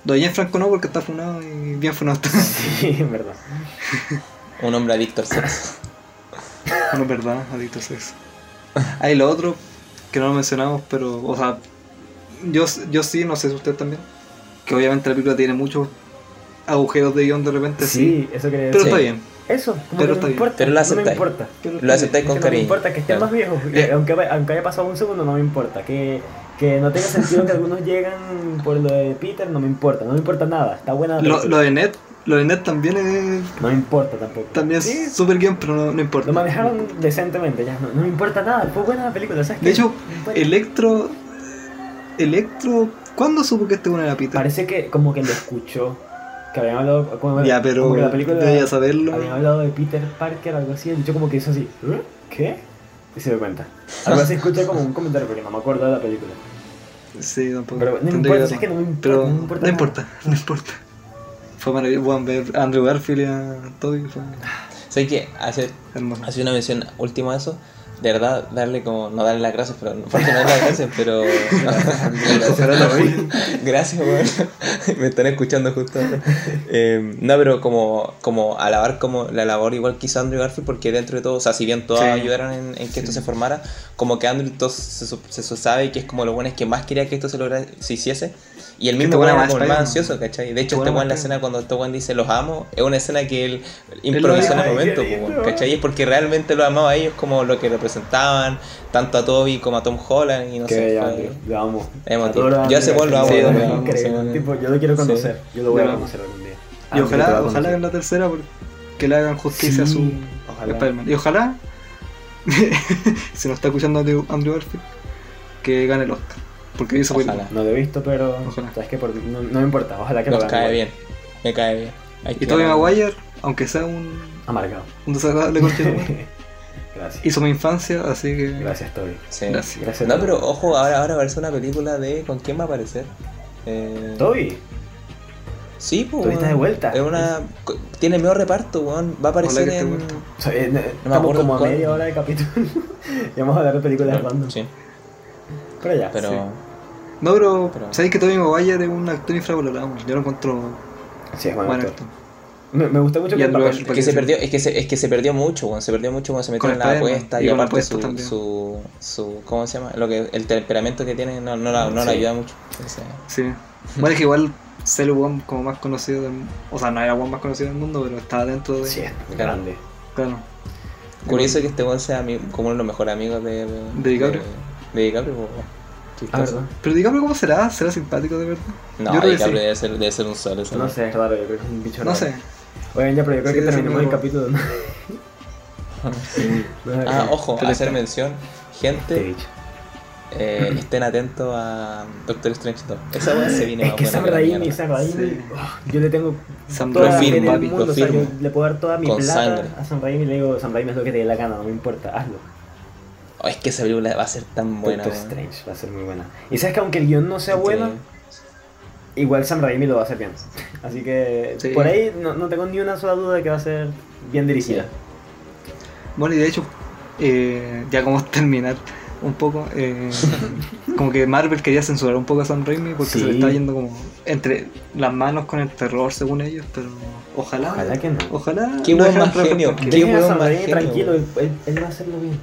S3: Lo de James Franco no, porque está funado y bien funado está.
S1: Sí, en verdad.
S2: Un hombre adicto al sexo.
S3: No, verdad, adicto a sexo. Hay lo otro que no lo mencionamos, pero, o sea, yo, yo sí, no sé si usted también, que obviamente la película tiene muchos agujeros de guión de repente,
S1: Sí,
S3: sí,
S1: eso quería decir.
S3: pero
S2: Sí.
S3: está bien.
S1: Eso, como que
S3: Pero está
S1: no me
S3: bien.
S1: importa.
S2: Pero lo
S1: no me
S2: aceptáis.
S1: importa.
S3: Pero está
S2: Lo aceptáis
S1: Es
S2: con
S1: que no me
S2: cariño.
S1: importa que estén
S2: claro.
S1: más viejos.
S3: Eh.
S1: eh, Aunque, vaya- aunque haya pasado un segundo, no me importa. Que, que no tenga sentido que algunos llegan por lo de Peter, no me importa. No me importa nada. Está buena. la
S3: bien. Lo,
S1: película.
S3: lo de Ned, lo de Ned también es,
S1: No me importa tampoco.
S3: también
S1: Sí,
S3: es súper guión, pero no, no
S1: Lo
S3: importa.
S1: manejaron decentemente, ya. No, no me importa nada. Fue buena la película, ¿sabes?
S3: De
S1: qué?
S3: hecho,
S1: Bueno,
S3: Electro, Electro, ¿cuándo supo que este bueno era Peter?
S1: Parece que como que lo escuchó. Que habían hablado. Como,
S3: ya, pero
S1: como que la película.
S3: debería saberlo.
S1: Habían hablado de Peter Parker, algo así. El dicho como que hizo así. "¿Eh? ¿Qué? Y se dio cuenta. Algo así escuché como un comentario, porque no me acuerdo de la película.
S3: Sí, tampoco.
S1: Pues, Pero no
S3: Tendría
S1: importa,
S3: que
S1: es que no me importa.
S3: Pero
S1: no me
S3: no
S1: importa. nada.
S3: importa, no importa. Fue maravilloso bueno, ver a Andrew Garfield y a Toby. Fue
S2: Sé que hace,
S3: hermoso.
S2: hace una mención última a eso. de verdad darle como, no darle las gracias, pero porque no darle las gracias, pero gracias, weón. me están escuchando justo ahora. Eh, no, pero como, como alabar como la labor igual que hizo Andrew Garfield, porque dentro de todo, o sea, si bien todos
S3: Sí.
S2: ayudaron en, en que esto se formara, como que Andrew todo se, su- se su- sabe que es como lo bueno es que más quería que esto se logra, se hiciese. Y el
S3: Que
S2: mismo
S3: este
S2: weón
S3: weón
S2: era como el más
S3: Spider-Man.
S2: ansioso, ¿cachai? De hecho, este
S3: Este weón
S2: weón en la
S3: Spider-Man.
S2: escena cuando este weón dice los amo, es una escena que él improvisó en el
S1: ama,
S2: momento,
S1: qué
S2: po,
S1: lindo.
S2: ¿cachai? Y es porque realmente lo amaba a ellos como lo que representaban, tanto a Toby como a Tom Holland y no
S1: Qué
S2: sé.
S1: bello,
S2: fue-
S1: Andrew. Lo amo.
S2: Emotivo.
S1: Adoro a
S2: Yo a ese
S1: Andrew
S2: weón lo ¿eh?
S3: amo,
S1: Garfield.
S3: lo
S1: Sí,
S3: amo,
S1: increíble.
S2: sí, weón.
S1: Tipo, yo lo quiero
S2: Sí.
S1: conocer. Yo lo voy
S3: Lo
S1: a
S3: amo.
S1: conocer algún día.
S3: Y
S1: Andrew te va
S3: ojalá,
S1: a
S3: ojalá
S1: conocer.
S3: en la tercera por- que le hagan justicia
S1: Sí,
S3: a su
S1: ojalá.
S3: Spider-Man. Y ojalá, si nos está escuchando Andrew Andrew Garfield, que gane el Oscar. Porque hizo
S2: Ojalá.
S3: película.
S1: No lo he visto, pero
S3: Ojalá.
S1: sabes que por- no, no me importa. Ojalá que lo
S2: Nos
S1: gane.
S2: cae bien, me cae bien. Hay
S3: Y
S2: que-
S3: Tobey Maguire, aunque sea un,
S1: Amargado.
S3: un desagradable continuo,
S1: Gracias.
S3: hizo mi infancia, así que.
S1: Gracias, Toby.
S2: Sí.
S3: Gracias.
S1: Gracias,
S2: No,
S1: Toby.
S2: pero ojo, ahora, ahora aparece una película de. ¿Con quién va a aparecer? Eh,
S1: Toby.
S2: Sí, pues.
S1: Toby está de vuelta.
S2: Es una. Tiene el mejor reparto, weón. Va a aparecer
S3: Ojalá que esté
S2: en.
S3: vuelta.
S1: O sea, eh, estamos
S2: acuerdo
S1: como a
S2: cuál.
S1: media hora de capítulo. y vamos a hablar de películas random.
S2: Sí,
S1: Pero ya.
S2: pero.
S1: sí.
S3: No, pero,
S2: Pero-
S3: sabéis que Tobey Maguire es un actor infravalorado. weón. Yo lo encuentro
S1: Sí, es buen
S3: buen
S1: actor.
S3: actor.
S1: Me, me gusta mucho
S3: Y
S1: que el
S3: Andrew
S1: papel-
S3: Garfield.
S2: que se
S3: Parece-
S2: perdió, es que se, es que se perdió mucho, weón, se perdió mucho cuando se metió
S3: Con
S2: en la
S3: Spider-Man,
S2: apuesta
S3: y
S2: y,
S3: con
S2: aparte
S3: apuestas
S2: su,
S3: también.
S2: su, su- ¿cómo se llama? Lo que el temperamento que tiene no, no, la, no la
S1: Sí.
S2: ayuda mucho. Entonces,
S3: Sí. Bueno, es que igual ser el weón como más conocido del O sea, no era el weón más conocido del mundo, pero estaba dentro de.
S1: Sí, es
S2: Claro.
S1: grande.
S3: Claro.
S2: curioso que este weón sea ami- como uno de los mejores amigos de
S3: ¿De DiCaprio?
S2: De, de DiCaprio, po, weón.
S1: Ah,
S2: Chistoso.
S1: ¿verdad?
S3: Pero digamos cómo será, será simpático de verdad.
S2: No,
S3: Yo creo que
S2: DiCaprio
S3: sí.
S2: debe, ser, debe ser un sol ese
S1: No
S2: weón.
S1: sé, es raro, yo creo que es un bicho raro.
S3: No sé.
S1: Oigan, ya, pero yo creo
S3: Sí,
S1: que
S3: es
S1: terminamos
S3: un
S1: el
S3: nuevo.
S1: capítulo. ¿no? No,
S2: Ah,
S1: no.
S2: ojo,
S3: Pero
S2: hacer
S3: está-
S2: mención,
S1: Este
S2: gente,
S1: bicho.
S2: eh, estén atentos a Doctor Strange 2. Esa weón se viene
S1: Es
S2: más
S1: que
S2: buena
S1: Sam
S2: la
S1: Raimi,
S2: mierda.
S1: Sam Raimi,
S3: Sí.
S1: oh, yo le tengo
S3: Sam
S1: toda la
S2: Raimi,
S1: fe en el
S2: papi,
S1: mundo,
S2: lo
S1: o sea, yo
S2: firmo.
S1: le puedo dar toda mi
S2: Con
S1: plata
S2: sangre.
S1: a Sam Raimi y le digo, Sam Raimi es lo que te dé la gana, no me importa, hazlo.
S2: Oh, es que esa película va a ser tan buena.
S1: Doctor
S2: weón.
S1: Strange va a ser muy buena. Y sabes que aunque el guión no sea
S2: Entre-
S1: bueno, igual Sam Raimi lo va a hacer bien. Así que
S3: Sí.
S1: por ahí no, no tengo ni una sola duda de que va a ser bien dirigida.
S3: Bueno, y de hecho, eh, ya como terminar un poco, eh, como que Marvel quería censurar un poco a Sam Raimi porque
S1: Sí.
S3: se le estaba yendo como entre las manos con el terror, según ellos, pero ojalá.
S1: Ojalá que no.
S3: Ojalá.
S2: Qué weón
S3: lo dejaran
S2: más
S3: trabajar
S2: genio.
S3: tranquilo.
S2: Qué
S1: Dejen a
S2: weón
S1: Sam
S2: más
S1: Raimi
S2: genio,
S1: tranquilo, él, él- él va a hacerlo bien.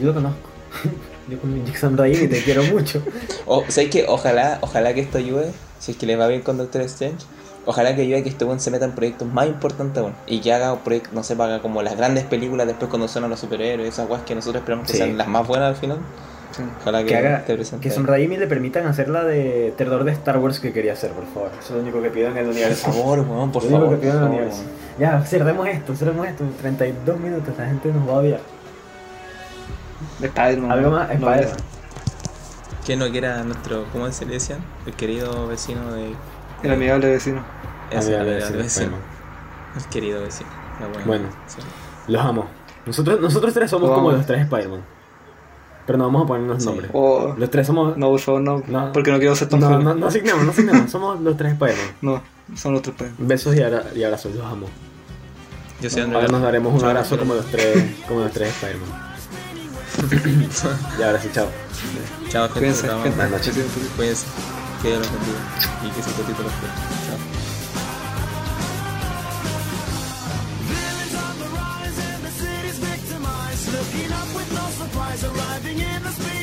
S1: Yo lo conozco. Yo con Sam Raimi te quiero mucho.
S2: O, ¿Sabes qué? Ojalá, ojalá que esto ayude, si es que les va bien con Doctor Strange. Ojalá que ayude a que este weón se meta en proyectos más importantes aún. Y que haga proyectos, no sé, haga como las grandes películas después cuando son los superhéroes, esas weas que nosotros esperamos que
S1: Sí.
S2: sean las más buenas al final.
S3: Sí.
S2: Ojalá que,
S1: Que haga
S2: te presente.
S1: que Sam Raimi le permitan hacer la de terror de Star Wars que quería hacer, por favor. Eso es lo único que pido en el
S2: Por
S1: universo.
S2: favor, weón, por
S1: Lo único
S2: favor.
S1: que pido en
S2: por
S1: el
S2: favor,
S1: universo.
S2: weón.
S1: Ya, cerremos esto, cerremos esto. En 32 minutos la gente nos va a odiar.
S3: Spider-Man.
S1: Algo más,
S3: no,
S1: Spider-Man.
S2: Que no quiera nuestro, ¿cómo se le decían? El querido vecino de.
S3: El amigable vecino.
S2: Ese,
S1: Amigo,
S2: el
S1: Ah, sí,
S2: amigable vecino.
S1: Spider-Man.
S2: El querido vecino. la buena.
S1: Bueno.
S2: Sí.
S1: Los amo. Nosotros, nosotros tres somos
S3: Los
S1: como
S3: amo.
S1: los tres Spider-Man. Pero no vamos a ponernos
S2: Sí.
S1: nombres.
S3: O.
S1: Los tres somos.
S3: No, por favor, no.
S1: No.
S3: Porque no quiero ser tan
S1: No,
S3: feo.
S1: no, no asignemos, no asignemos. somos los tres Spider-Man.
S3: No, son los tres Spider-Man.
S1: Besos y, abra- y abrazos, los amo.
S2: Yo soy Andrés.
S1: Ahora nos daremos un
S2: Chao.
S1: abrazo como los tres, como los tres Spider-Man. Y ahora sí, chao.
S2: Chao, gente.
S3: Cuídense,
S2: nos vemos.
S3: gente.
S1: Buenas noches.
S3: Cuídense.
S2: Pues que Dios los bendiga y que su potito los cuide. Chao.
S4: rise and the city's victimized. Looking up with no surprise, arriving in the space.